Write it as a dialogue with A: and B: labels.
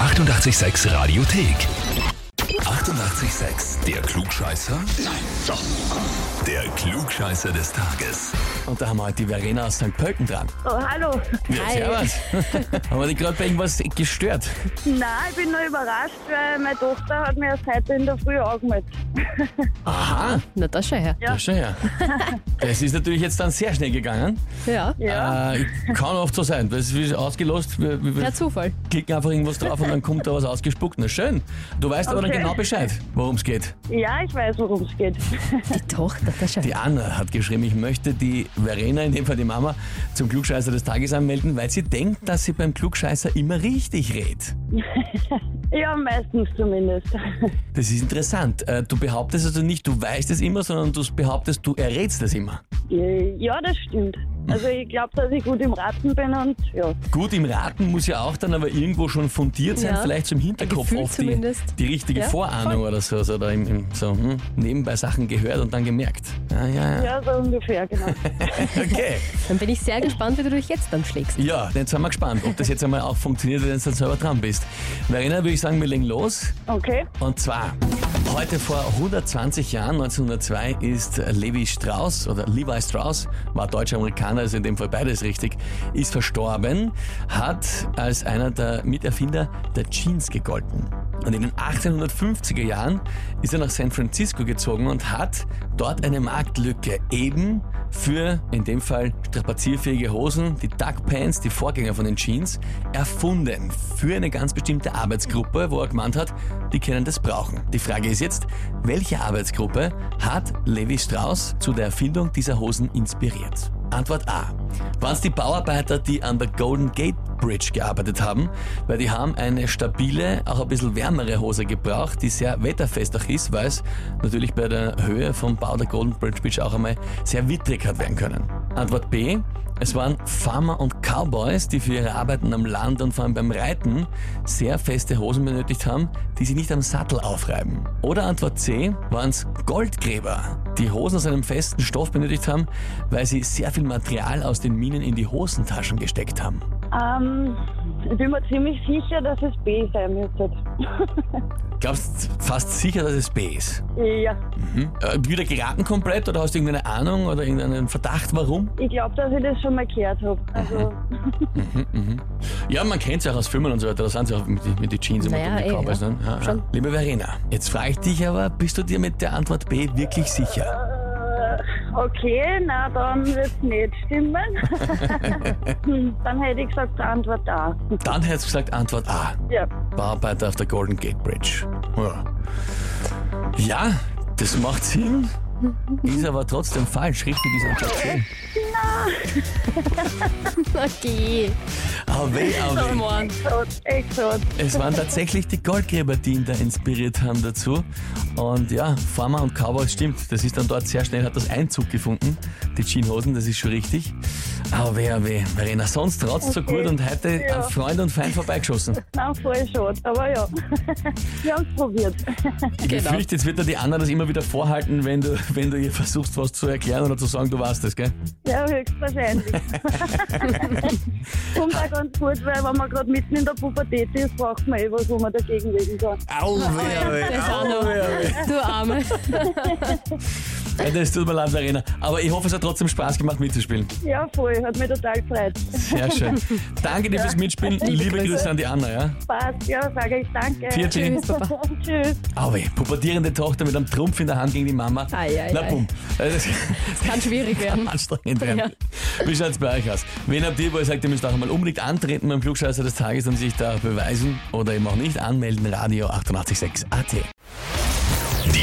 A: 886 Radiothek. 88,6. Der Klugscheißer? Nein, doch. Der Klugscheißer des Tages.
B: Und da haben wir heute die Verena aus St. Pölten dran.
C: Oh, hallo.
B: Ja, servus. haben wir dich gerade bei irgendwas gestört?
C: Nein, ich bin nur überrascht, weil meine Tochter hat mir erst heute in der Früh angemeldet.
B: Aha,
D: Na, das schau her.
B: das schon ja. Das ist natürlich jetzt dann sehr schnell gegangen.
D: Ja.
C: Ja.
B: Äh, kann oft so sein. Das ist wie ausgelost. Wir, wir, wir
D: Per Zufall.
B: klicken einfach irgendwas drauf und dann kommt da was ausgespuckt. Na schön. Du weißt aber dann
C: Okay.
B: genau Bescheid, worum es geht.
C: Ja, ich weiß, worum es geht.
D: Die Tochter, das schau
B: Die
D: her.
B: Anna hat geschrieben, ich möchte die Verena, in dem Fall die Mama, zum Klugscheißer des Tages anmelden, weil sie denkt, dass sie beim Klugscheißer immer richtig redet.
C: Ja, meistens zumindest.
B: Das ist interessant. Äh, Du behauptest also nicht, du weißt es immer, sondern du behauptest, du errätst es immer.
C: Ja, das stimmt. Also ich glaube, dass ich gut im Raten bin und ja.
B: Gut, im Raten muss ja auch dann aber irgendwo schon fundiert sein,
D: Ja.
B: vielleicht zum Hinterkopf
D: Ein Gefühl
B: oft die,
D: zumindest.
B: die richtige
D: Ja,
B: Vorahnung oder so, also da im, im, so hm, nebenbei Sachen gehört und dann gemerkt. Ja, ja, ja.
C: Ja, so ungefähr, genau.
B: Okay.
D: Dann bin ich sehr gespannt, wie du dich jetzt dann schlägst.
B: Ja, jetzt sind wir gespannt, ob das jetzt einmal auch funktioniert, wenn du dann selber dran bist. Verena, würde ich sagen, wir legen los.
C: Okay.
B: Und zwar, heute vor 120 Jahren, 1902, ist Levi Strauss, oder Levi Strauss, war deutscher Amerikaner, also in dem Fall beides richtig, ist verstorben, hat als einer der Miterfinder der Jeans gegolten. Und in den 1850er Jahren ist er nach San Francisco gezogen und hat dort eine Marktlücke eben für, in dem Fall, strapazierfähige Hosen, die Duck Pants, die Vorgänger von den Jeans, erfunden für eine ganz bestimmte Arbeitsgruppe, wo er gemeint hat, die können das brauchen. Die Frage ist jetzt, welche Arbeitsgruppe hat Levi Strauss zu der Erfindung dieser Hosen inspiriert? Antwort A. Waren es die Bauarbeiter, die an der Golden Gate Bridge gearbeitet haben, weil die haben eine stabile, auch ein bisschen wärmere Hose gebraucht, die sehr wetterfest auch ist, weil es natürlich bei der Höhe vom Bau der Golden Bridge Bridge auch einmal sehr wittrig hat werden können. Antwort B. Es waren Farmer und Cowboys, die für ihre Arbeiten am Land und vor allem beim Reiten sehr feste Hosen benötigt haben, die sie nicht am Sattel aufreiben. Oder Antwort C waren es Goldgräber, die Hosen aus einem festen Stoff benötigt haben, weil sie sehr viel Material aus den Minen in die Hosentaschen gesteckt haben.
C: Ähm, ich bin mir ziemlich sicher, dass es B sein müsste.
B: Glaubst fast sicher, dass es B ist?
C: ja,
B: Hm? Äh, wieder geraten komplett oder hast du irgendeine Ahnung oder irgendeinen Verdacht, warum?
C: ich glaube, dass ich das schon mal gehört habe. Also,
B: Ja, man kennt sie auch aus Filmen und so weiter, da sind sie auch mit, mit den Jeans
D: Naja,
B: und mit
D: eh,
B: den Cowboys.
D: ja.
B: Ne? Ja,
D: Schon.
B: ja. Liebe Verena, jetzt frage ich dich aber, bist du dir mit der Antwort B wirklich sicher?
C: äh, okay, na dann wird es nicht stimmen. Hm, dann hätte ich gesagt, Antwort A.
B: Dann hättest du gesagt Antwort A.
C: Ja.
B: Bauarbeiter auf der Golden Gate Bridge. Ja, ja das macht Sinn.
D: Mhm.
B: Ist aber trotzdem falsch. Richtig ist Antwort C.
D: Okay.
B: Aber weh, aber weh.
D: Mann.
C: Exot, exot.
B: Es waren tatsächlich die Goldgräber, die ihn da inspiriert haben dazu. Und ja, Farmer und Cowboys stimmt. Das ist dann dort sehr schnell, hat das Einzug gefunden. Die Jeanshosen, das ist schon richtig. Aber weh, oh weh, Verena, sonst rotzt so
C: Okay.
B: gut und heute
C: Ja.
B: an Freund und Feind vorbeigeschossen.
C: Na, voll schon, aber ja. Wir haben es probiert.
B: Ich
D: Genau.
B: befürchte, jetzt wird dir die Anna das immer wieder vorhalten, wenn du, wenn du ihr versuchst, was zu erklären oder zu sagen, du warst es, gell?
C: Ja, höchstwahrscheinlich. Kommt auch ganz gut, weil wenn man gerade mitten in der Pubertät ist, braucht man eh was, wo man dagegen reden kann.
B: Au, weh, oh weh,
D: Das auch
B: au,
D: noch.
B: weh, oh weh.
D: Du Arme.
B: Äh, Das tut mir leid, Verena. Aber ich hoffe, es hat trotzdem Spaß gemacht, mitzuspielen.
C: Ja, voll, hat mich total gefreut.
B: Sehr schön. Danke dir fürs Mitspielen. Liebe Grüße an die Anna, ja?
C: Passt, ja, sage ich danke.
B: Vierte.
D: Tschüss, Papa.
C: Tschüss.
B: Auwe, pubertierende Tochter mit einem Trumpf in der Hand gegen die Mama.
D: Ei, ei,
B: Na
D: ei.
B: bumm. Also, das
D: Kann schwierig
B: kann
D: werden.
B: anstrengend werden. Wie schaut's bei euch aus? Wen habt ihr, wo ihr sagt, ihr müsst auch einmal unbedingt antreten beim Flugscheißer des Tages und sich da beweisen oder eben auch nicht anmelden? Radio 886 AT.